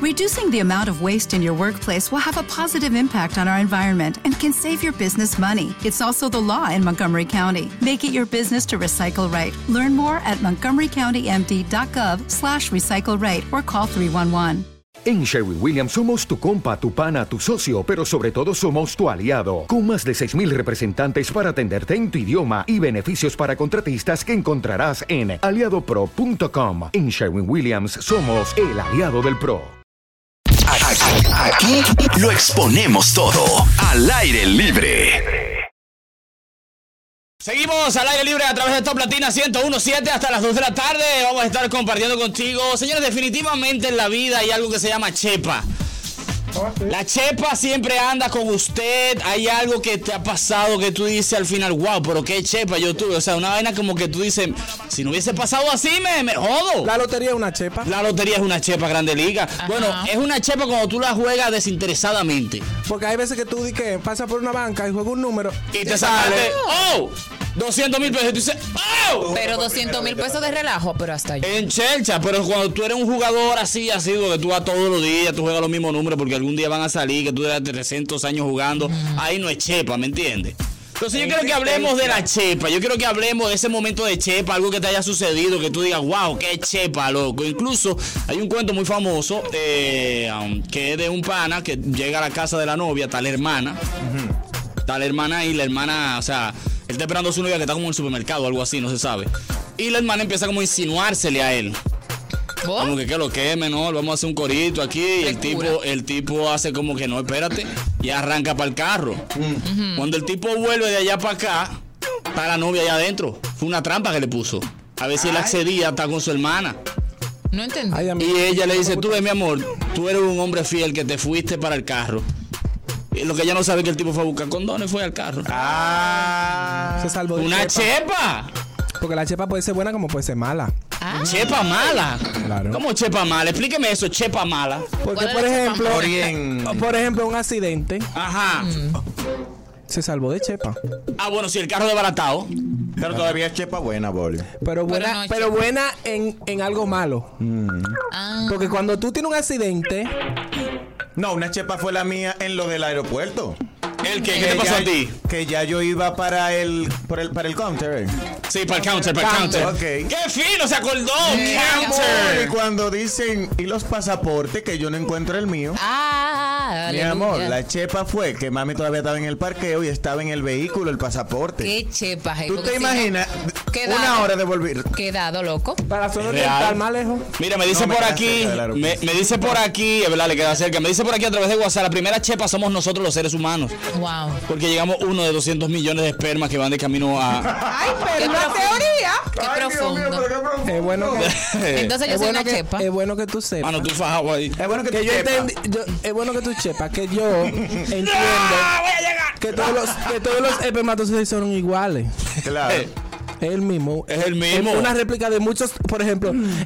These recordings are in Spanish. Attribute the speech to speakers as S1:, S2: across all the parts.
S1: Reducing the amount of waste in your workplace will have a positive impact on our environment and can save your business money. It's also the law in Montgomery County. Make it your business to recycle right. Learn more at montgomerycountymd.gov slash recycle right or call 311.
S2: En Sherwin Williams somos tu compa, tu pana, tu socio, pero sobre todo somos tu aliado, con más de 6.000 representantes para atenderte en tu idioma y beneficios para contratistas que encontrarás en aliadopro.com. En Sherwin Williams somos el aliado del PRO.
S3: Aquí lo exponemos todo al aire libre.
S4: Seguimos al aire libre a través de Top Latina 1017 hasta las 2 de la tarde. Vamos a estar compartiendo contigo. Señores, definitivamente en la vida hay algo que se llama chepa. La chepa siempre anda con usted. Hay algo que te ha pasado que tú dices al final, wow, pero qué chepa yo tuve. O sea, una vaina como que tú dices, si no hubiese pasado así, me, me jodo.
S5: La lotería es una chepa.
S4: La lotería es una chepa grande liga. Bueno, es una chepa cuando tú la juegas desinteresadamente.
S5: Porque hay veces que tú di que pasa por una banca y juega un número.
S4: Y te sale, oh, 200 mil pesos. Y tú dices, oh.
S6: Pero 200 mil pesos de relajo, pero hasta ahí.
S4: En chelcha, pero cuando tú eres un jugador así, así, que tú vas todos los días, tú juegas los mismos números porque algún día van a salir, que tú llevas 300 años jugando, ahí no es chepa, ¿me entiendes? Entonces yo quiero que hablemos de la chepa, yo quiero que hablemos de ese momento de chepa, algo que te haya sucedido, que tú digas, wow, qué chepa, loco. Incluso hay un cuento muy famoso eh, um, que es de un pana que llega a la casa de la novia, tal hermana, tal hermana y la hermana, o sea, él está esperando a su novia que está como en el supermercado, algo así, no se sabe. Y la hermana empieza como a insinuársele a él. Como que, que lo que menor, vamos a hacer un corito aquí. Y el tipo, el tipo hace como que no, espérate. Y arranca para el carro. Cuando el tipo vuelve de allá para acá, está la novia allá adentro. Fue una trampa que le puso. A ver si él accedía, está con su hermana.
S6: No entendí.
S5: Ay, amigo.
S4: Y ella le dice, tú ves mi amor, tú eres un hombre fiel que te fuiste para el carro. Y lo que ella no sabe es que el tipo fue a buscar condones, fue al carro.
S5: Se salvó de
S4: una
S5: pues chepa.
S4: chepa.
S5: Porque la chepa puede ser buena como puede ser mala.
S6: Ah,
S4: Chepa mala.
S5: Claro.
S4: ¿Cómo chepa mala? Explíqueme eso, chepa mala.
S5: Porque,
S6: ¿Cuál
S5: por
S6: es la
S5: ejemplo,
S7: Orien.
S5: por ejemplo, un accidente
S4: Ajá.
S5: se salvó de chepa.
S4: Ah, bueno, si el carro desbaratado.
S7: Pero todavía es chepa buena, Bolio.
S5: Pero buena,
S6: no es
S5: pero buena en, en algo malo.
S6: ah.
S5: Porque cuando tú tienes un accidente,
S7: No, una chepa fue la mía en lo del aeropuerto.
S4: ¿El qué? ¿Qué te
S7: Que
S4: pasó
S7: ya-
S4: a ti?
S7: Que ya yo iba para el, para el, para el counter.
S4: Sí, para el counter, para el counter.
S7: Counter, ok.
S4: ¡Qué fino! Se acordó.
S7: Y
S4: ¡Counter!
S7: cuando dicen, y los pasaportes, que yo no encuentro el mío.
S6: Ah,
S7: Mi
S6: aleluya.
S7: amor, la chepa fue que mami todavía estaba en el parqueo y estaba en el vehículo, el pasaporte.
S6: Qué chepa, hey,
S7: ¿Tú
S6: porque
S7: te
S6: si no,
S7: imaginas
S6: quedado.
S7: una hora de volver?
S6: Quedado loco.
S5: para la zona
S4: Es real.
S5: oriental más lejos.
S4: Mira, me dice
S7: No me
S4: por
S7: queda
S4: aquí,
S7: cerca del aeropuerto.
S4: me, me dice por aquí, es verdad, le queda cerca. Me dice por aquí a través de WhatsApp, la primera chepa somos nosotros los seres humanos.
S6: Wow.
S4: Porque llegamos uno de 200 millones de espermas que van de camino a...
S6: Ay, pero la teoría. Qué profundo.
S5: Es bueno que, es
S6: Entonces yo soy
S5: bueno
S6: una
S5: que,
S6: chepa.
S5: es bueno que tú sepas.
S4: Mano, tú fajado ahí.
S7: Es bueno que,
S5: que
S7: tú
S5: yo
S7: sepas.
S5: entendí- yo- es bueno que tú sepas que yo entiendo
S4: ¡Ah, voy a llegar!
S5: que todos los que todos los espermatozoides son iguales.
S7: Claro.
S4: Eh,
S5: Es el mismo.
S4: Es el mismo.
S5: una réplica de muchos, por ejemplo, en,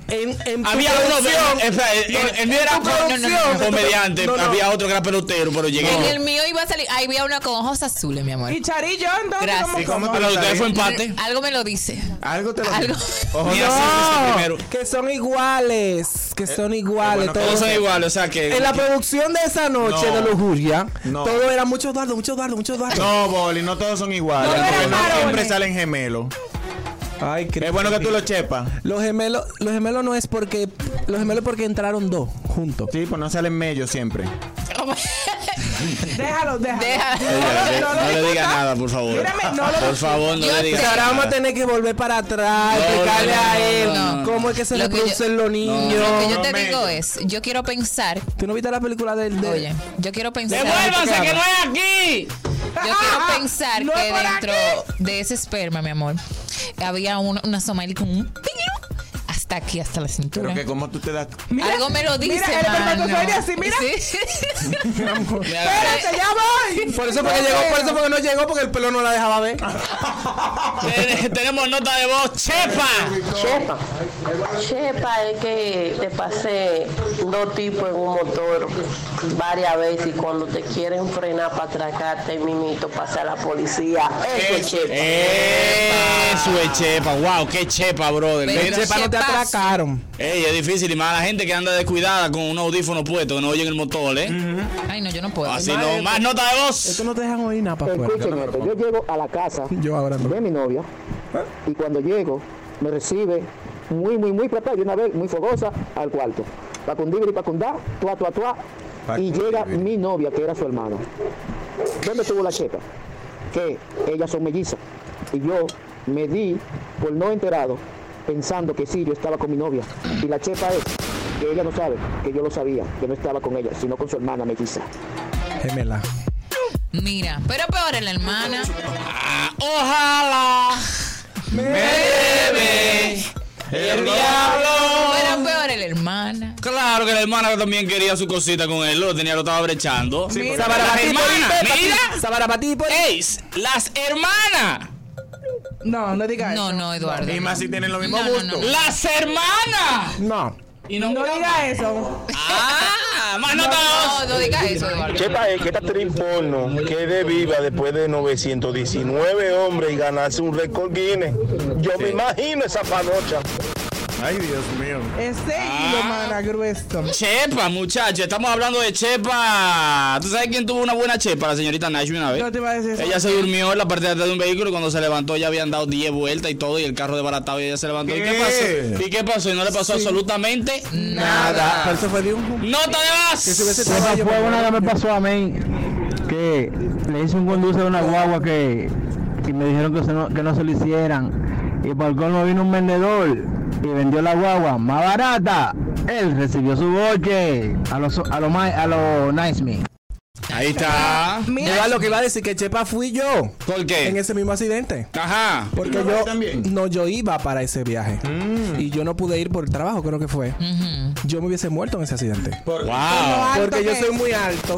S5: en tu
S4: Había uno de...
S5: producción,
S4: espera, el- el- El mío era
S5: tu producción.
S4: comediante,
S5: No, no.
S4: había otro que era pelotero, pero llegué.
S6: En el mío iba a salir. Ahí había una con ojos azules, mi amor.
S5: Y Charillo, entonces,
S6: Gracias.
S5: ¿cómo-
S7: ¿Y cómo te
S4: Pero
S7: lo
S4: de ustedes fue
S7: sabes?
S4: empate.
S6: Algo me lo dice.
S7: Algo te lo
S6: Algo.
S7: Ojo,
S4: Mira, sí, sí, sí, primero.
S5: Ah,
S4: Eh,
S5: Que son iguales, que son iguales.
S7: bueno,
S4: Todos
S5: todos
S4: son iguales, o sea que.
S5: en la producción de esa noche
S7: No.
S5: de lujuria,
S7: No.
S5: todo era mucho Eduardo, mucho Eduardo, mucho Eduardo.
S7: No, Boli, no todos son iguales.
S5: No,
S7: porque
S5: eran
S7: no
S5: varones.
S7: siempre salen gemelos.
S5: Ay,
S7: Es bueno que tú lo chepas.
S5: Los gemelos, los gemelos no es porque los gemelos porque entraron dos juntos.
S7: Sí, pues no salen mellos siempre.
S8: Déjalo, déjalo.
S6: Deja.
S4: Oye,
S8: No, no,
S4: no
S8: no,
S4: le
S8: no,
S4: digas
S8: no.
S4: nada, por favor.
S8: Mírame, no lo
S4: Por favor, no
S6: Yo
S4: le
S6: sé.
S4: digas
S5: Ahora vamos a
S4: nada.
S5: tener que volver para atrás,
S4: No,
S5: explicarle
S4: no, no,
S5: a
S4: no,
S5: él
S6: no, no.
S5: cómo es que se
S6: Lo que yo-
S5: reproducen los niños.
S6: Lo que yo
S7: no
S6: te
S7: me-
S6: digo es, yo quiero pensar,
S5: ¿Tú no viste la película del de,
S6: oye, yo quiero pensar,
S4: ¡Devuélvanse que no es aquí!
S6: yo quiero pensar
S8: No
S6: que
S8: por
S6: dentro de ese esperma, mi amor, había un- una somail con un piño hasta aquí, hasta la
S7: Pero
S6: cintura.
S7: que como tú te das.
S8: Mira,
S6: Algo me lo dice,
S8: Mira, el espermatozoide
S6: mano.
S8: así, mira.
S6: Sí.
S8: Espérate, ya voy.
S5: Por eso porque llegó, por eso porque no llegó porque el pelo no la dejaba ver.
S4: Ten- Eh, Tenemos nota de voz, chepa.
S9: Chepa. Chepa es que te pasé dos tipos en un motor varias veces y cuando te quieren frenar para atracarte, mimito, pasa a la policía. Eso es chepa.
S4: Eso es chepa, wow, qué chepa, brother.
S6: Pero
S4: Mira,
S5: chepa no te
S6: chepa
S5: sacaron.
S4: Ey, es difícil y más la gente que anda descuidada con un audífono puesto que no oyen el motor, ¿eh?
S8: Mm.
S6: Ay, no, yo no puedo.
S4: Así no, más nota de voz.
S5: Eso no te dejan oír nada para afuera.
S10: Escuchen esto, yo llego a la casa
S5: Yo hablando.
S10: de mi novia y cuando llego me recibe muy, muy, muy preparada, de una vez muy fogosa al cuarto. Pacundibri, pacundá, tuá, tuá, tuá. Y
S7: Pacundibri.
S10: llega mi novia, que era su hermana. ¿Dónde estuvo la chepa? Que ellas son mellizas. Y yo me di por no enterado, pensando que sí, yo estaba con mi novia. Y la chepa es que ella no sabe, que yo lo sabía, que no estaba con ella, sino con su hermana melliza.
S5: Gemela.
S6: Mira, pero peor es la hermana.
S4: Ojalá el diablo.
S6: Pero peor es la hermana.
S4: Claro que la hermana también quería su cosita con él, lo tenía, lo estaba brechando.
S5: Mira.
S4: Las hermanas, mira. Eh,
S5: Sabarapatí, por-
S4: Ey, las hermanas,
S8: No, no digas
S6: No,
S8: eso.
S6: no, Eduardo.
S7: Y más si tienen los mismos
S6: No, no,
S7: gustos.
S6: no.
S4: las hermanas.
S5: No.
S4: Y no,
S8: No digas eso.
S4: Ah, más nota de voz.
S6: No, no digas eso, Eduardo.
S11: Chepa es que esta actriz porno quede viva después de 919 hombres y ganarse un récord Guinness. Yo me imagino esa panocha.
S7: Ay, Dios mío.
S8: Ese
S5: Ah.
S8: hilo, mana, grueso.
S4: Chepa, muchacho, estamos hablando de Chepa. ¿Tú sabes quién tuvo una buena Chepa? La señorita Nash una vez.
S8: No te iba a decir eso.
S4: Ella se durmió en la parte de atrás de un vehículo y cuando se levantó ya habían dado 10 vueltas y todo y el carro desbaratado y ella se levantó. ¿Y qué
S7: ¿Qué?
S4: pasó? ¿Y qué pasó? Y no le pasó absolutamente
S5: Nada.
S4: nada.
S5: Eso fue de un
S4: ¡Nota de más!
S5: Esa fue una que me pasó a mí.
S10: que le hice un conduce a una guagua que y me dijeron que, se no, que no se lo hicieran y por colmo vino un vendedor y vendió la guagua más barata él recibió su boche a los a los ma- a los nice me
S4: Ahí está.
S5: Mira lo que iba a decir que Chepa fui yo.
S4: ¿Por
S5: En
S4: qué?
S5: ese mismo accidente.
S4: Ajá.
S5: Porque
S7: ¿Tú no
S5: yo
S7: vas también?
S5: no yo iba para ese viaje
S4: Mm.
S5: y yo no pude ir por el trabajo creo que fue. Yo me hubiese muerto en ese accidente.
S4: Wow.
S8: ¿Alto
S5: Porque yo
S8: qué?
S5: soy muy alto.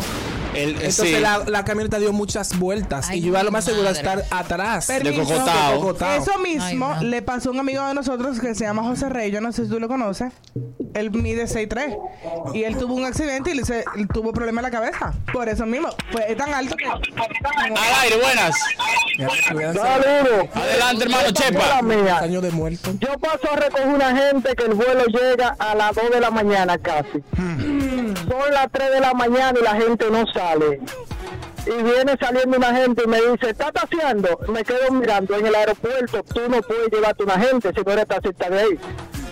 S4: El, eh,
S5: Entonces
S4: sí.
S5: la, la camioneta dio muchas vueltas
S6: Ay,
S5: y yo iba
S6: mi
S5: lo más seguro a
S6: madre.
S5: estar atrás.
S8: Permiso.
S4: De cocotao.
S5: De cocotao.
S8: Eso mismo
S6: Ay, no.
S8: le pasó a un amigo de nosotros que se llama José Rey, yo no sé si tú lo conoces. Él mide 6'3 y él tuvo un accidente y le se- él tuvo problema en la cabeza. Por eso mismo, pues es tan alto que
S4: Al aire, buenas.
S5: Ya me hubieran
S10: saludos
S4: Adelante, hermano Chepa.
S5: sacado año de muerto.
S10: yo paso a recoger una gente que el vuelo llega a las 2 de la mañana casi son las 3 de la mañana y la gente no sale y viene saliendo una gente y me dice, ¿está taseando? Me quedo mirando en el aeropuerto, tú no puedes llevarte una gente si no eres taxista de ahí.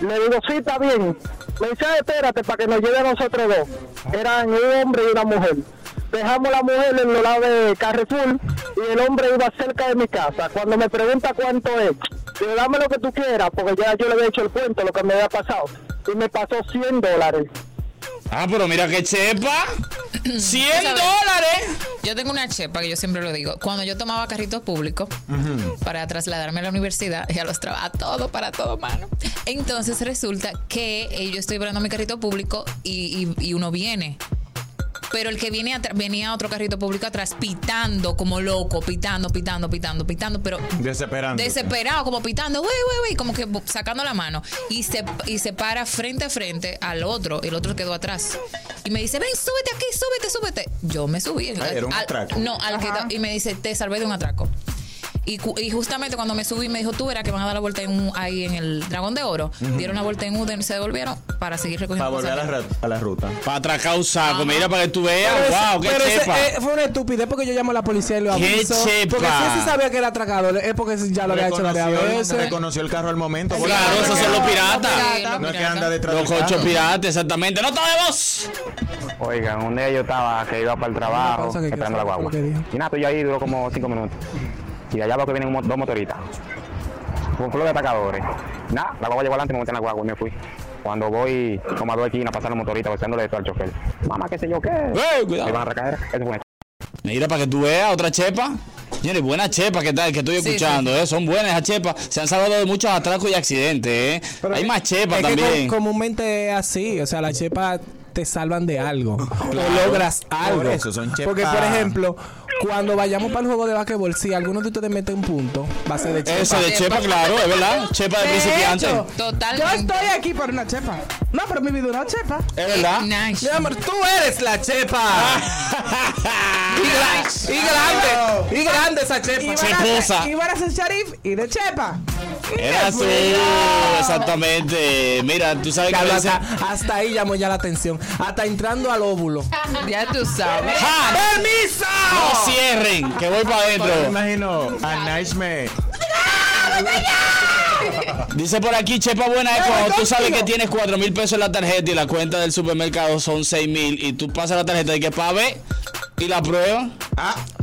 S10: Le digo, sí, está bien. Me dice, "Ah, espérate, para que nos lleve a nosotros dos. Eran un hombre y una mujer. Dejamos la mujer en los lados de Carrefour y el hombre iba cerca de mi casa. Cuando me pregunta cuánto es, le digo, dame lo que tú quieras, porque ya yo le había hecho el cuento, lo que me había pasado. Y me pasó 100 dólares.
S4: Ah, pero mira que Chepa. 100
S6: ¿Sabes?
S4: dólares.
S6: Yo tengo una chepa que yo siempre lo digo. Cuando yo tomaba carritos públicos para trasladarme a la universidad y a los trabajos, a todo, para todo, mano. Entonces resulta que eh, yo estoy esperando mi carrito público y, y- y uno viene. Pero el que viene atrás, venía otro carrito público atrás pitando como loco, pitando, pitando, pitando, pitando, pero
S7: Desesperando.
S6: desesperado, como pitando, wey, wey, wey, como que bo- sacando la mano. Y se, y se para frente a frente al otro, el otro quedó atrás. Y me dice, ven, súbete aquí, súbete, súbete. Yo me subí.
S7: Ay, Ah, era un atraco.
S6: No, al que ta- y me dice, te salvé de un atraco. Y, cu- y justamente cuando me subí me dijo, tú verás que van a dar la vuelta en un- ahí en el Dragón de Oro. Dieron la vuelta en U, se devolvieron para seguir recogiendo
S7: Para volver a la,
S6: cosas.
S7: ra- a la ruta.
S4: Para atracar un saco. Mira para que tú veas.
S5: Pero
S4: Wow,
S5: ese-
S4: qué
S5: pero ese,
S4: Chepa.
S5: eh, fue una estupidez porque yo llamo a la policía y lo
S4: ¡Qué
S5: aviso.
S4: chepa!
S5: Porque si él sí sabía que era atracador, es porque ya lo había hecho varias
S7: Reconoció,
S5: veces.
S7: reconoció el carro al momento.
S4: Claro, esos son los piratas.
S6: Sí, los
S7: No es que
S6: piratas.
S7: anda detrás
S4: Los
S7: del
S4: ocho
S7: carro.
S4: piratas, exactamente. ¡Nota de voz!
S10: Oigan, un día yo estaba que iba para el trabajo,
S5: pausa Ah, que quiero
S10: esperando la
S5: saber
S10: guagua.
S5: lo que dijo.
S10: Y nada, estoy ahí, duró como cinco minutos. Y de allá va que vienen un mo- dos motoristas. Con flor de atacadores. Nada, la guagua llegó adelante, me monté en la guagua y me fui. Cuando voy como a dos esquinas pasando motorista, boceándole esto al chofer. Mamá, qué sé yo qué.
S4: ¡Ey,
S10: Me van
S4: cuidado!
S10: a recaer. Eso fue.
S4: Mira para que tú veas otra Chepa. Señores, buena Chepa, ¿qué tal? Que estoy
S6: Sí,
S4: escuchando, ¿eh? Son buenas esas Chepas. Se han salvado de muchos atracos y accidentes, ¿eh?
S5: Pero
S4: Hay
S5: que-
S4: más Chepa
S5: es que
S4: también.
S5: com- comúnmente es así, o sea, las chepas te salvan de algo, o logras algo.
S7: Por eso son chepas.
S5: Porque, por ejemplo, cuando vayamos para el juego de básquetbol, si alguno de ustedes mete un punto, va a ser de chepa.
S4: Eso de Chepa, claro, es verdad. Chepa de
S8: De
S4: principiante.
S8: hecho, yo
S6: Totalmente.
S8: estoy aquí por una chepa. No, pero mi vida una chepa.
S4: Es verdad.
S6: Nice.
S5: Mi amor, tú eres la chepa. y, gra- y grande, y grande esa chepa.
S8: Iban a
S4: Cheposa.
S8: ser- Iban a ser sheriff y de chepa.
S4: Era azul, exactamente. Mira, tú sabes que
S5: Diablo,
S4: me dicen-
S5: hasta, hasta ahí llamó ya la atención. Hasta entrando al óvulo.
S6: Ya tú sabes.
S4: ¡Ja!
S5: ¡Permiso!
S4: No cierren, que voy para
S7: Me
S4: adentro.
S7: imagino a Nice Man.
S4: Dice por aquí, Chepa Buena, es
S7: Ya,
S4: cuando tú
S7: contigo.
S4: sabes que tienes 4 mil pesos en la tarjeta y la cuenta del supermercado son 6 mil y tú pasas la tarjeta de que pa' ver y la prueba.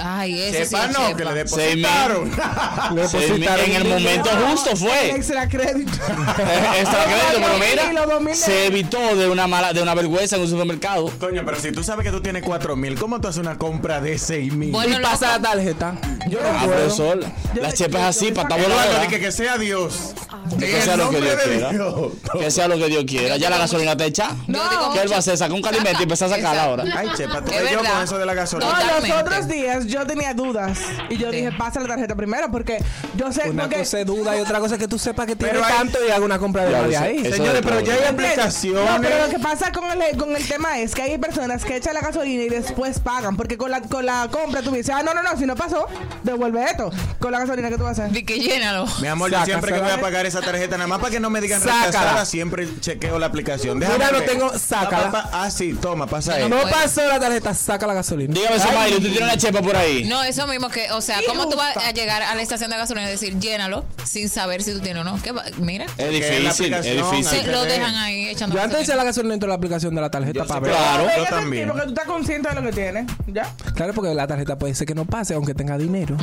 S6: Ay, ese sí
S7: Sepa
S6: es
S7: no,
S6: chepa.
S7: Ah, que le depo-
S4: Seis mil.
S7: Le
S4: Seis mil
S7: depositaron
S4: en el
S7: un
S4: momento justo fue. Eh,
S8: Extra crédito.
S4: Extra crédito, pero
S8: Y los dos
S4: mira,
S8: mil
S4: se evitó de una mala, de una vergüenza en un supermercado.
S7: Coño, pero si tú sabes que tú tienes 4 mil, ¿cómo tú haces una compra de 6 mil?
S6: Bueno,
S5: y
S6: loco.
S5: pasa la tarjeta. Yo no
S4: Ah,
S5: puedo.
S4: profesor, la chepa es así, para estar
S7: Eduardo,
S4: voladora.
S7: di que, que sea Dios. En
S4: Que
S7: el
S4: sea lo que
S7: nombre
S4: Dios
S7: de
S4: quiera.
S7: Dios.
S4: Que sea lo que Dios quiera. Ya la gasolina está hecha.
S6: Yo digo
S4: ¿Qué él va a
S6: mucho.
S4: hacer? Saca un calimete y empezar a sacarla ahora.
S7: Ay, chepa, tú
S6: Es
S7: ves yo
S6: verdad.
S7: con eso de la gasolina.
S8: No,
S6: Totalmente.
S8: los otros días yo tenía dudas y yo dije, pasa la tarjeta primero porque yo sé
S5: Una
S8: porque
S5: cosa es duda y otra cosa es que tú sepas que tiene
S7: Pero hay-
S5: tanto y haga una compra de
S4: Ya,
S5: más de
S4: eso-
S5: ahí.
S4: eso
S7: Señores,
S4: es
S7: pero ya hay
S4: problema.
S7: aplicaciones.
S8: No, pero lo que pasa con el, con el tema es que hay personas que echan la gasolina y después pagan. Porque con la, con la compra tú dices, ah, no, no, no, si no pasó, devuelve esto. Con la gasolina que tú vas a hacer.
S6: Di que llénalo.
S7: Mi amor,
S5: Saca,
S7: yo siempre que
S5: saca.
S7: voy a pagar esa tarjeta, nada más para que no me digan
S5: Sácala.
S7: rechazada, siempre chequeo la aplicación. Déjame
S5: Mira, no
S7: ver.
S5: tengo- sácala.
S7: Ah, pa- Ah, sí, toma, pasa ahí.
S5: No
S6: Bueno.
S5: pasó la tarjeta, saca la gasolina.
S4: Eh, Dígame, Somairo, ¿tú tienes una chepa por ahí?
S6: No, eso mismo que, o sea,
S8: Sí,
S6: ¿cómo tú vas
S8: justa.
S6: a llegar a la estación de gasolina y decir llénalo sin saber si tú tienes o no? ¿Qué va? Mira,
S4: Es
S7: Que la
S4: difícil, es
S7: aplicación,
S6: se
S4: difícil.
S7: que
S6: lo
S7: ver.
S6: dejan ahí echando.
S5: Eh, Yo antes de echar
S6: gasolina.
S5: la gasolina dentro de la aplicación de la tarjeta para ver.
S4: claro,
S8: Pero
S7: yo
S8: ella te
S7: también.
S8: entiende Porque tú estás consciente de lo que tienes. ¿Ya?
S5: Claro, porque la tarjeta puede ser que no pase, aunque tenga dinero.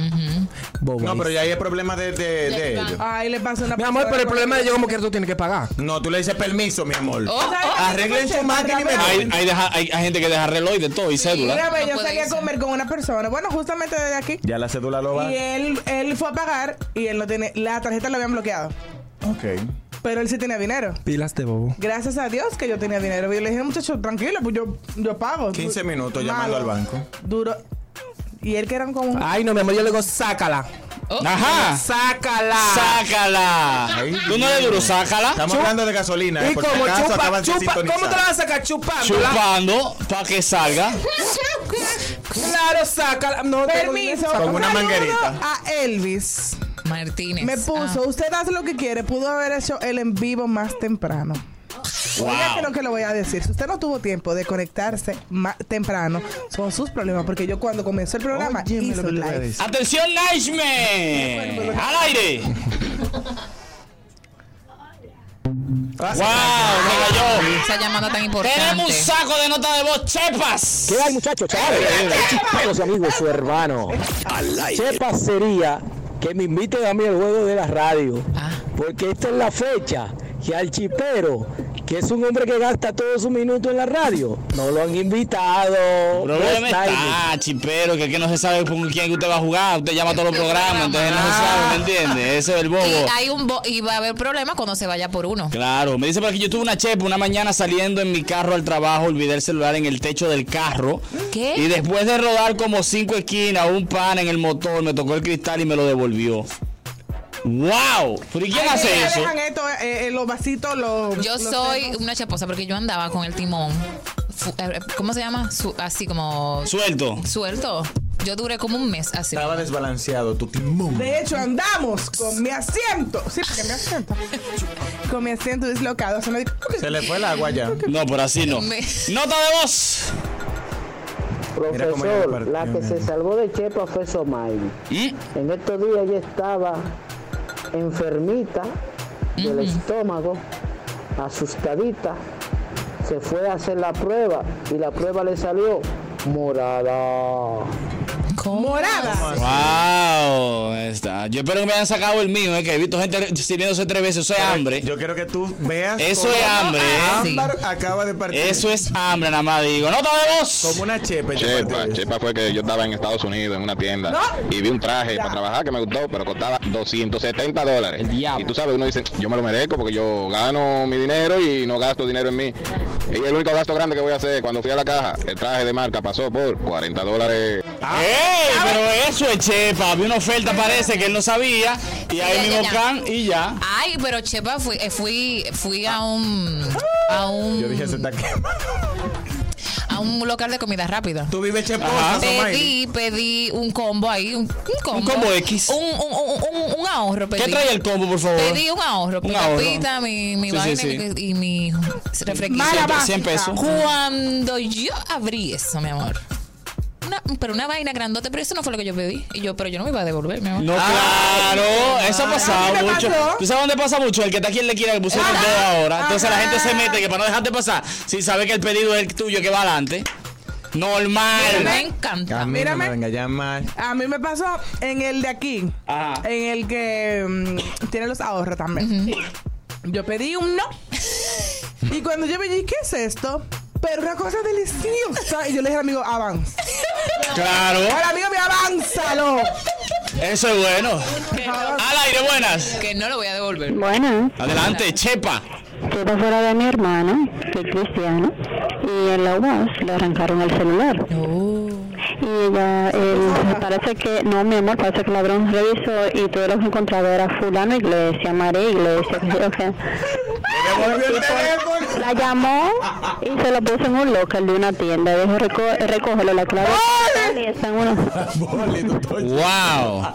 S5: Bobo.
S7: No, pero ya hay el problema de, de, de ellos.
S8: Ahí le pasa una
S5: Mi amor, pero el
S8: persona-
S5: problema es yo como que tú tienes que pagar.
S7: No, tú le dices permiso, mi amor.
S6: Oh,
S8: ¿Sabes
S6: oh,
S8: qué?
S7: Arreglen su
S8: Chepa,
S7: máquina y me
S8: bravo.
S4: Hay, hay, deja- hay- hay gente que deja reloj y de todo, y
S8: Una
S4: cédula.
S8: vez
S6: No
S8: yo
S6: puede
S8: salí a
S6: irse.
S8: comer con una persona, bueno, justamente de aquí.
S7: Ya la cédula lo va.
S8: Y él, él fue a pagar y él no tiene. La tarjeta la habían bloqueado.
S7: Ok.
S8: Pero él sí tenía dinero.
S5: Pilas de bobo.
S8: Gracias a Dios que yo tenía dinero. Yo le dije, muchacho, tranquilo, pues yo, yo pago.
S7: 15 minutos
S8: Malo.
S7: llamando al banco.
S8: Duro. Y él que eran como un-
S5: Ay, no, mi amor, yo le digo, sácala.
S4: Ajá.
S5: Sácala.
S4: Sácala.
S7: Ay,
S4: Tú no le duro, sácala.
S7: Estamos hablando de gasolina. eh,
S5: y
S7: por si
S5: como
S7: acaso
S5: chupa,
S7: acaban de
S5: chupa, ¿cómo te
S7: sintonizar.
S5: la vas a sacar? Chupándola.
S4: Chupando para que salga.
S5: Claro, sácala. No, tengo dinero.
S8: Permiso.
S7: Con una
S8: Saludo
S7: manguerita.
S8: A Elvis.
S6: Martínez. Ah,
S8: Me puso, usted hace lo que quiere. Pudo haber hecho el en vivo más temprano. Oiga que lo que le voy a decir. Si usted no tuvo tiempo de conectarse más temprano, son sus problemas. Porque yo cuando comenzó el programa
S7: Óyeme lo
S8: hizo
S7: que te voy a
S8: live.
S7: decir.
S4: Atención, Nice Man. Al aire. ¡Wow! Me
S6: Esa llamada tan
S4: cayó.
S6: importante.
S4: Tenemos un saco de nota de voz, chepas.
S12: ¿Qué hay, muchachos? Chavales, chisperos y amigos, su hermano.
S3: Al aire.
S12: Chepa sería que me inviten a mí al juego de la radio.
S6: Ah.
S12: Porque esta es la fecha que al chipero, que es un hombre que gasta todo su minuto en la radio, no lo han invitado.
S4: Problema
S12: Los timing.
S4: está, chipero, ah, que, que no se sabe con quién usted va a jugar. Usted llama a todos los programas, entonces no se sabe, ¿me entiende? Ese es el bobo.
S5: Oh.
S6: Y, hay un bo- y va a haber problemas cuando se vaya por uno.
S4: Claro, me dice por aquí, yo tuve una chepa una mañana saliendo en mi carro al trabajo, olvidé el celular en el techo del carro.
S6: ¿Qué?
S4: Y después de rodar como cinco esquinas, un pan en el motor, me tocó el cristal y me lo devolvió. ¡Wow! ¿Pero y quién
S8: Ay,
S4: hace
S8: mira,
S4: eso?
S8: dejan esto, eh, eh, los vasitos, los.
S6: Yo
S8: los
S6: soy
S8: termos.
S6: una chaposa porque yo andaba con el timón. fu- eh, ¿Cómo se llama? Su- así como
S4: Suelto.
S6: suelto. Yo duré como un mes así.
S7: Estaba desbalanceado tu timón.
S8: De hecho, andamos con mi asiento. Sí, porque mi asiento. con mi asiento dislocado. Se me dijo,
S7: Se le fue el agua ya.
S4: No, por así no.
S6: Me-
S4: Nota de voz.
S7: Mira cómo ella
S10: Profesor,
S7: partió,
S10: la que
S7: mira.
S10: se salvó de Chepa fue Somail.
S4: ¿Mm?
S10: En estos días ella estaba enfermita del estómago, asustadita. Se fue a hacer la prueba y la prueba le salió morada.
S8: morada.
S4: ¡Wow! Ahí Está. Yo espero que me hayan sacado el mío, eh, que he visto gente sirviéndose tres veces. Eso es hambre.
S7: Yo quiero que tú veas.
S4: Eso
S7: cómo
S4: es hambre,
S6: ¿eh?
S7: Ámbar acaba de partir.
S4: Eso es hambre, nada más digo. ¡Nota de voz!
S7: Como una chepa. este ella
S13: Chepa,
S7: partió.
S13: chepa fue que yo estaba en Estados Unidos en una tienda
S8: No.
S13: y vi un traje para trabajar que me gustó, pero costaba 270 dólares. Y tú sabes, uno dice, yo me lo merezco porque yo gano mi dinero y no gasto dinero en mí. Y el único gasto grande que voy a hacer cuando fui a la caja, el traje de marca pasó por 40 dólares.
S7: Ah.
S4: ¡Ey! Pero eso es chepa. Había una oferta, parece que él no sabía. Y
S6: Ya,
S4: ahí
S6: ya,
S4: mismo
S6: ya.
S4: can y ya.
S6: Ay, pero Chepa, fui, eh, fui, fui a un. A
S7: Yo dije, se
S6: un.
S7: está quemando.
S6: A a un local de comida rápida.
S14: Tú vives cheposo.
S4: Ajá.
S6: Pedí, pedí un combo ahí, un, un combo.
S4: Un combo X.
S6: Un, un- un- un- un ahorro pedí.
S4: ¿Qué trae el combo, por favor?
S6: Pedí un ahorro,
S4: Un
S6: pica
S4: ahorro.
S6: pita, mi, mi
S4: Sí, sí,
S6: vaina
S4: sí.
S6: y mi y mi refresquito.
S4: Mala Cien- cien básica. pesos.
S6: Cuando yo abrí eso, mi amor. una- pero una vaina grandote, pero eso no fue lo que yo pedí. Y yo, pero yo no me iba a devolver, mi amor.
S4: No,
S7: Ah.
S4: claro, eso ha
S6: A
S4: pasado
S6: mí me
S4: mucho.
S6: pasó.
S4: ¿Tú sabes dónde pasa mucho? El que está aquí en la esquina que puso el
S7: Ah.
S4: dedo ahora. Entonces la gente se mete que para no dejarte pasar, si sabe que el pedido es el tuyo que va adelante.
S5: Me
S4: Normal.
S5: encanta. Mírame.
S7: venga ya mal.
S5: A mí me pasó en el de aquí, en el que mm, tiene los ahorros también. Yo pedí uno y cuando yo me dije, ¿qué es esto? Pero una cosa deliciosa. Y yo le dije al amigo, avanza.
S4: Claro.
S5: Al amigo me avánzalo.
S4: Eso es bueno. Al aire, buenas.
S6: Que no lo voy a devolver.
S15: Buenas.
S4: Adelante, Chepa.
S15: Todo fuera de mi hermano, que es cristiano, y en la UAS le arrancaron el celular.
S6: Oh.
S15: Y ella, él,
S14: Ah,
S15: parece que, no, mi amor, parece que el ladrón revisó y todo lo que encontraba era fulano, iglesia, María, iglesia, qué sé yo qué. La llamó y se lo puso en un local de una tienda. Dejó reco recogerlo la clave. Y está en una-
S4: Wow.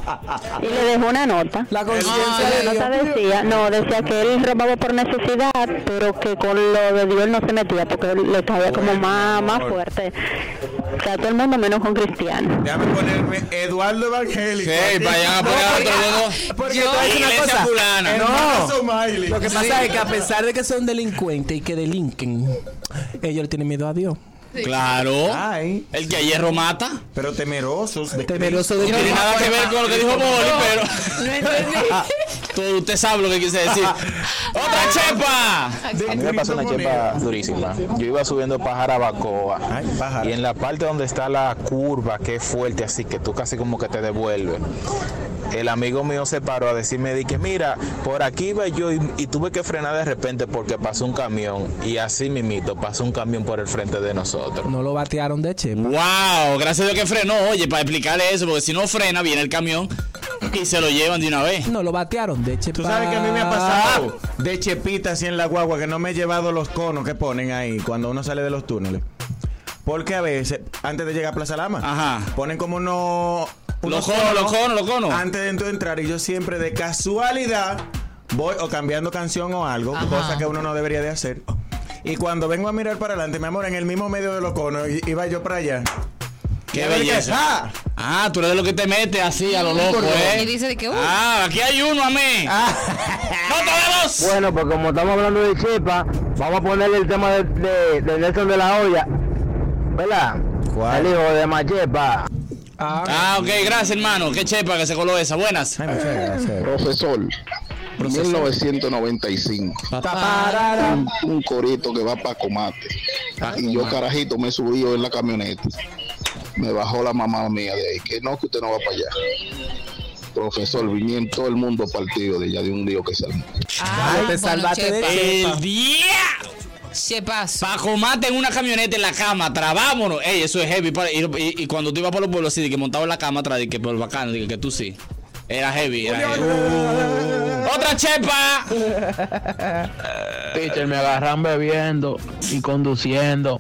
S15: y le dejó una nota. La
S4: conciencia de
S15: nota decía, no, decía que él robaba por necesidad, pero que con lo de Dios no se metía porque le caía como más, más fuerte. O sea, todo el mundo menos con cristiano.
S7: Déjame ponerme Eduardo Evangélico.
S15: Sí,
S7: vaya
S15: vayan a poner otro
S7: porque,
S15: dedo.
S7: porque
S14: Yo-
S7: te voy a decir una
S14: Iglesia
S7: cosa.
S14: fulana.
S7: Hermano
S14: No.
S7: Somaili.
S14: Lo que pasa
S7: Sí.
S14: es que a pesar de que son delincuentes y que delinquen, ellos le tienen miedo a Dios.
S4: Claro. El que a hierro mata.
S7: Pero temerosos. De
S14: Temeroso de
S4: No tiene nada que ver con lo que dijo Boli, pero. Ah,
S6: No entendí.
S4: Todo usted sabe lo que quise decir. ¡Otra chepa!
S16: A mí me pasó una chepa durísima. Yo iba subiendo para Jarabacoa. Y en la parte donde está la curva, que es fuerte, así que tú casi como que te devuelves. El amigo mío se paró a decirme, dije, mira, por aquí iba yo y, y tuve que frenar de repente porque pasó un camión. Y así mimito, pasó un camión por el frente de nosotros.
S14: No lo batearon de chepa.
S4: Wow, gracias a Dios que frenó. Oye, para explicarle eso, porque si no frena, viene el camión y se lo llevan de una vez.
S14: No lo batearon de chepa.
S7: Tú sabes que a mí me ha pasado de chepita así en la guagua que no me he llevado los conos que ponen ahí cuando uno sale de los túneles. Porque a veces, antes de llegar a Plaza Lama, ponen como unos.
S4: Los
S7: unos
S4: conos, los conos, los conos.
S7: Antes de tú entrar, y yo siempre de casualidad voy o cambiando canción o algo, cosa que uno no debería de hacer. Y cuando vengo a mirar para adelante, mi amor, en el mismo medio de los conos, i- iba yo para allá.
S4: ¡Qué
S7: Y yo dije,
S4: belleza!
S7: "Ah".
S4: Ah, tú eres de lo que te metes así a lo loco,
S6: Y
S4: ¿eh?
S6: dice de que, uy.
S4: Ah, aquí hay uno a mí.
S10: Bueno, pues como estamos hablando de chepa, vamos a ponerle el tema de, de- de Nelson de la olla. ¿Verdad? El hijo de Machepa.
S4: Ah, ok, gracias, hermano. Qué chepa que se coló esa. Buenas.
S16: Profesor, 1995. Un, un corito que va para Comate. Y yo, carajito, me subí yo en la camioneta. Me bajó la mamá mía de ahí, que no, que usted no va para allá. Profesor, vinieron todo el mundo partido de allá de un lío que se armó.
S6: Ay,
S14: te salvaste de chepa.
S4: El día.
S6: Chepazo.
S4: Paco mate en una camioneta en la cama, trabámonos. Ey, eso es heavy. para- y, y- y cuando tú ibas por los pueblos así, de que montado en la cama atrás, de que por el bacano, de que, que tú sí. Era heavy, era heavy. ¡Otra chepa!
S17: Teacher, me agarran bebiendo y conduciendo.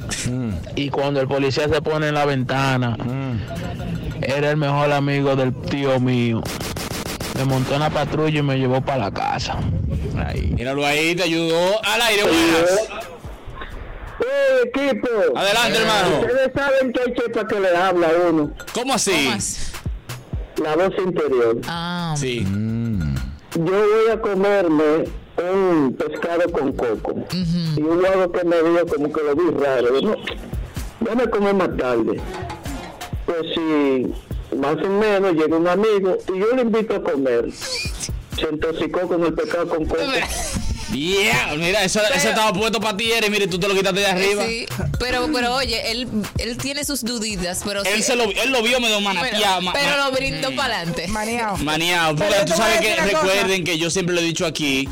S17: Y cuando el policía se pone en la ventana,
S10: Mm.
S17: era el mejor amigo del tío mío. Me montó en la patrulla y me llevó para la casa.
S4: Míralo ahí, te ayudó. Al aire, buenas.
S10: ¡Eh, equipo!
S4: Adelante, hermano.
S10: Ustedes saben que hay chepa que le habla a uno.
S4: ¿Cómo así?
S10: La voz interior.
S6: Ah.
S4: Sí.
S10: Yo voy a comerme un pescado con coco. Y un lado que me dio como que lo vi raro. No, no me comí más tarde. Pues sí, más o menos llega un amigo y yo le invito a comer. Se intoxicó con el pescado con coco.
S4: Yeah, mira, eso, eso estaba puesto para ti, Eri. Mire, tú te lo quitaste de arriba.
S6: Sí, pero, pero oye, él, él tiene sus duditas, pero
S4: Él,
S6: sí-
S4: se lo, él lo vio medio manateado.
S6: Pero,
S4: ma-
S6: pero
S4: ma- Mm.
S6: lo brindo para adelante.
S5: Maneado.
S4: Maniado,
S6: Pero
S4: porque
S6: yo te
S4: tú
S6: voy a
S4: sabes que
S6: decir una
S4: recuerden que yo siempre lo he dicho aquí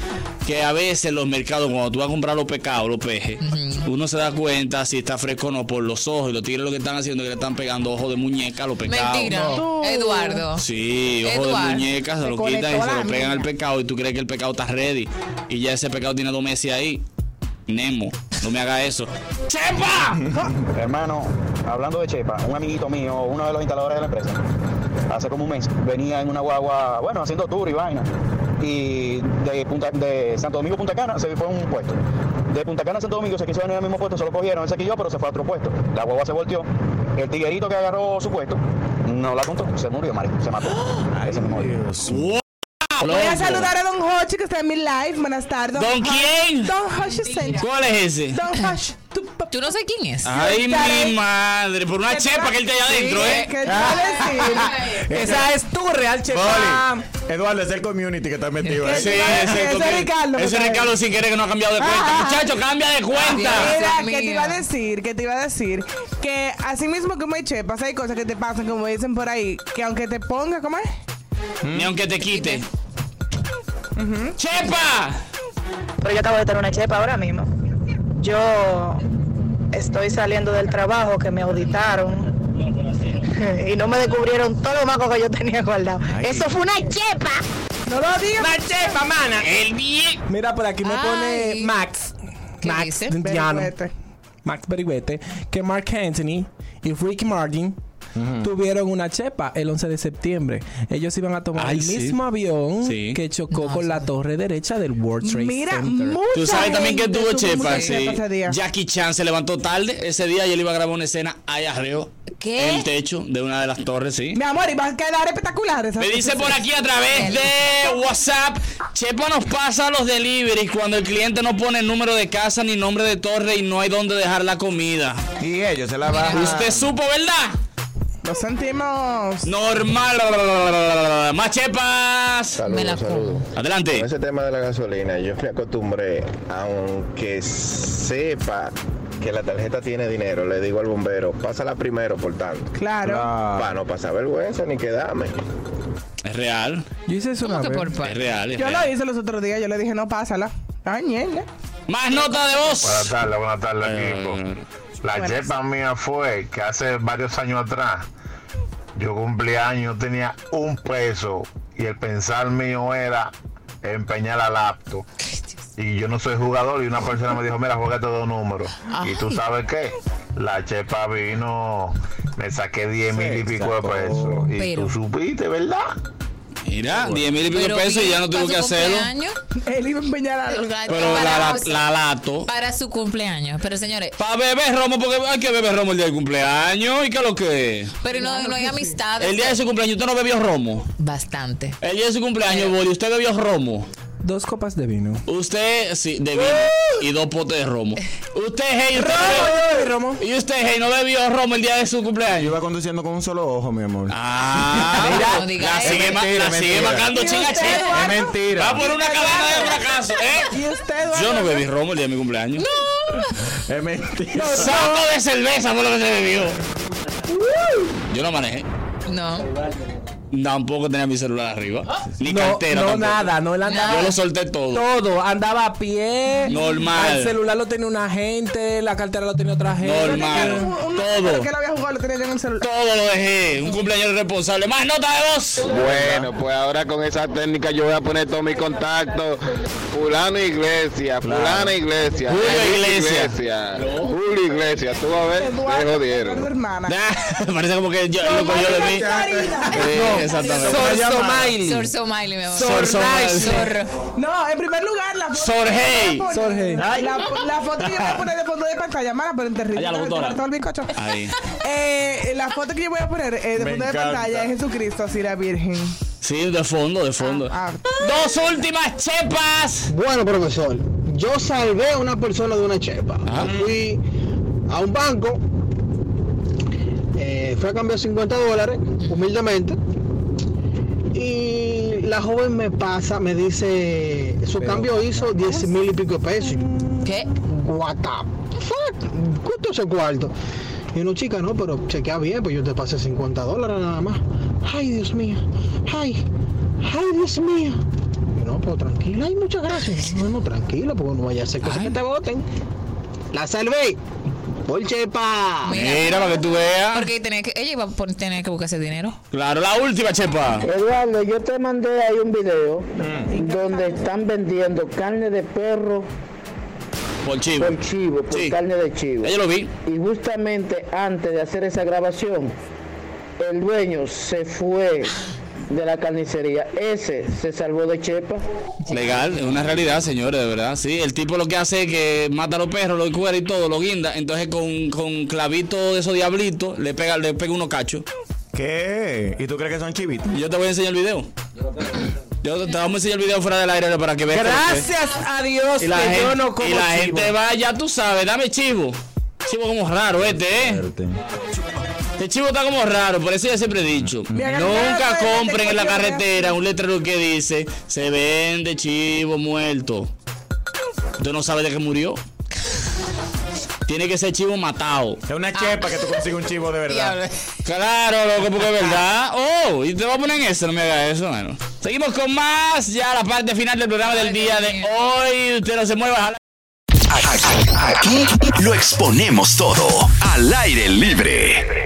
S4: que a veces los mercados cuando tú vas a comprar los pecados, los pejes, uno se da cuenta si está fresco o no por los ojos y los tigres lo que están haciendo es que le están pegando ojos de muñeca a los pecados.
S6: Mentira. Eduardo.
S4: Sí, ojos
S6: Eduardo,
S4: de muñeca se
S6: se
S4: lo quitan
S6: conectó
S4: y se
S6: la
S4: lo pegan
S6: mina.
S4: al pecado y tú crees que el pecado está ready y ya ese pecado tiene dos meses ahí. Nemo, no me haga eso.
S18: ¡Chepa! Hermano, hablando de Chepa, un amiguito mío, uno de los instaladores de la empresa, hace como un mes venía en una guagua, bueno, haciendo tour y vaina. Y de, Punta- de Santo Domingo a Punta Cana se fue a un puesto. De Punta Cana a Santo Domingo se quiso venir al mismo puesto, se lo cogieron, él se quilló, pero se fue a otro puesto. La guagua se volteó. El tiguerito que agarró su puesto no la contó, se murió, marico, se mató. Ese mismo día.
S8: Voy a saludar a Don Hochi que está en mi live. Buenas tardes.
S4: ¿Don
S8: Hochi.
S4: quién?
S8: Don Hochi
S4: ¿Cuál es ese?
S8: Don Hochi.
S6: Tú no sé quién es.
S4: Ay, mi madre, por una chepa que él está allá adentro, ¿eh?
S5: Ah. Esa es tu real chepa.
S7: Boli. Eduardo, es el community que está metido ahí.
S4: Sí, ese, porque- Ese Ricardo sin querer que no ha cambiado de cuenta. Muchacho, cambia de cuenta.
S8: Mira, que te iba a decir, que te iba a decir que así mismo como hay chepas, hay cosas que te pasan, como dicen por ahí, que aunque te ponga, ¿cómo es?
S4: Ni aunque te quite. ¡Chepa!
S19: Pero yo acabo de tener una chepa ahora mismo. Yo estoy saliendo del trabajo que me auditaron y no me descubrieron todo lo maco que yo tenía guardado. Eso fue una chepa.
S8: No lo digas.
S19: Una chepa, mana.
S4: El bien.
S5: Mira, por aquí me
S19: Ay.
S5: pone Max. Max Dentiano. Max Berigüete. Que Mark Anthony y Ricky Martin tuvieron una chepa el 11 de septiembre. Ellos iban a tomar
S4: Ay,
S5: el
S4: sí.
S5: mismo avión que chocó con la torre derecha del World Trade Center.
S4: Tú sabes también que tuvo chepa,
S5: mucha
S4: sí.
S5: chepa ese día.
S4: Jackie Chan se levantó tarde ese día y él iba a grabar una escena allá arriba.
S6: ¿Qué?
S4: En el techo de una de las torres, sí.
S8: Mi amor, y va a quedar espectacular. esa-
S4: Me dice por aquí a través de WhatsApp, Chepa nos pasa los deliveries cuando el cliente no pone el número de casa ni nombre de torre y no hay dónde dejar la comida.
S7: Y ellos se la bajan.
S4: Usted supo, ¿verdad?
S8: Lo sentimos.
S4: Normal. Más chepas.
S6: Me la
S4: como. Adelante.
S11: Con ese tema de la gasolina, yo me acostumbré, aunque sepa que la tarjeta tiene dinero, le digo al bombero, pásala primero, por tanto.
S8: Claro.
S11: Para no pasar vergüenza ni quedarme.
S4: Es real.
S5: Yo hice eso una
S11: que
S5: vez.
S11: por
S4: Es real, es
S8: Yo
S4: real.
S8: lo hice los otros días, yo le dije, no, pásala. Ah, Ay, ñenga.
S4: Más nota de voz.
S20: Buenas tardes, buenas tardes,
S7: Eh,
S20: equipo. La
S8: Buenas.
S20: chepa mía fue que hace varios años atrás, yo cumplía años, tenía un peso y el pensar mío era empeñar la laptop. Y yo no soy jugador y una persona me dijo, mira, juega dos números. Y tú
S21: Ay.
S20: sabes qué, la chepa vino, me saqué 10 mil y pico de pesos. Y
S6: Pero-
S20: tú supiste, ¿verdad?
S4: Mira, 10 mil y pico de pesos y ya no tuvo que hacerlo.
S8: Él iba a empeñar a
S4: Pero la, la, la lato.
S6: Para su cumpleaños. Pero señores,
S4: Para beber romo, porque hay que beber romo el día del cumpleaños. ¿Y qué es lo que es?
S6: pero no, no hay amistades.
S4: El día de su cumpleaños, ¿usted no bebió romo?
S6: Bastante.
S4: El día de su cumpleaños, Boli, ¿usted bebió romo?
S5: Dos copas de vino.
S4: Usted, sí, de vino y dos potes de romo. Usted, hey, usted
S5: romo.
S4: Y usted, hey, no bebió romo el día de su cumpleaños.
S7: Yo iba conduciendo con un solo ojo, mi amor.
S4: Ah,
S7: Mira,
S4: no diga la eso. sigue ma- la sigue marcando chin a
S7: chinga
S4: chin.
S7: Es mentira.
S4: Va por una cadena de fracaso, ¿eh?
S8: ¿Y usted,
S4: Yo no bebí romo el día de mi cumpleaños.
S7: Es mentira.
S4: Saco de cerveza fue lo que se bebió. Yo no manejé.
S6: No.
S4: Tampoco tenía mi celular arriba. Ni
S5: No,
S4: cartera.
S5: no,
S4: tampoco.
S5: nada, no, él andaba.
S4: Yo lo solté todo.
S5: Todo, andaba a pie.
S4: Normal.
S5: El celular lo tenía una gente, la cartera lo tenía otra gente.
S8: Pero que lo había jugado, lo tenía yo en el celular.
S4: Todo lo dejé. Un cumpleaños responsable. Más nota de voz.
S13: Bueno, pues ahora con esa técnica yo voy a poner todos mis contactos. Fulano Iglesia, Fulano Iglesia,
S4: Julio
S13: Enrique
S4: Iglesias.
S13: Julio Iglesias, tú vas a ver, te jodieron.
S8: hermana.
S4: Parece como que yo, lo cogió de mí. Sí, exactamente.
S6: Sorso Miley, mi amor.
S4: Sorso Miley.
S6: Sorro.
S8: No, en primer lugar, la foto.
S4: Sorgey.
S8: La,
S4: Sorgey.
S8: la, la foto que yo voy a poner de fondo de pantalla, mala, pero en terrible.
S4: Allá, la doctora.
S8: Todo el bizcocho.
S4: Ahí.
S8: Eh, la foto que yo voy a poner eh, de
S4: Me
S8: fondo de
S4: encanta.
S8: pantalla es Jesucristo, así la Virgen. Ah.
S4: Sí, de fondo, de fondo. Dos últimas chepas.
S22: Bueno, profesor, yo salvé a una persona de una chepa.
S4: Ah.
S22: Yo Fui a un banco, eh, fui a cambiar 50 dólares, humildemente, y la joven me pasa, me dice, su cambio hizo 10 mil y pico de pesos.
S6: ¿Qué?
S22: What the fuck? ¿Cuánto es el cuarto? Y uno, chica, no, pero chequea bien, pues yo te pasé 50 dólares nada más. Ay, Dios mío. Ay, ay, Dios mío. Y no, pero tranquila, ay, muchas gracias. No, no, tranquila, porque no vaya a hacer cosas que te voten. La salvé. Por chepa.
S4: Mira, para que tú veas.
S6: Porque tenía que, ella iba a pon- tener que buscar ese dinero.
S4: Claro, la última chepa.
S22: Eduardo, yo te mandé
S4: Mm.
S22: ahí un video donde están vendiendo carne de perro
S4: Por chivo.
S10: Por chivo, por carne de chivo.
S4: Ya yo lo vi.
S10: Y justamente antes de hacer esa grabación, el dueño se fue de la carnicería. Ese se salvó de Chepa.
S4: Legal, es una realidad, señores, de verdad. Sí, el tipo lo que hace es que mata a los perros, los cuera y todo, los guinda. Entonces con, con clavito de esos diablitos le pega, le pega unos cachos.
S7: ¿Qué? ¿Y tú crees que son chivitos?
S4: Yo te voy a enseñar el video. Yo te, te vamos a enseñar el video fuera del aire para que veas.
S5: Gracias a Dios
S4: Y la,
S5: que
S4: gente,
S5: yo no como
S4: y la
S5: chivo.
S4: gente va, ya tú sabes, dame chivo. Chivo como raro este, ¿eh? Este chivo está como raro, por eso yo siempre he dicho. Nunca compren en la carretera un letrero que dice, se vende chivo muerto. Tú no sabes de qué murió. Tiene que ser chivo matado.
S7: Es una chepa que tú consigues un chivo de verdad.
S4: Claro, loco, porque es verdad. Oh, y te voy a poner en eso, no me hagas eso, bueno. Seguimos con más, ya la parte final del programa del día de hoy. Usted no se mueva, jala.
S16: Aquí lo exponemos todo al aire libre.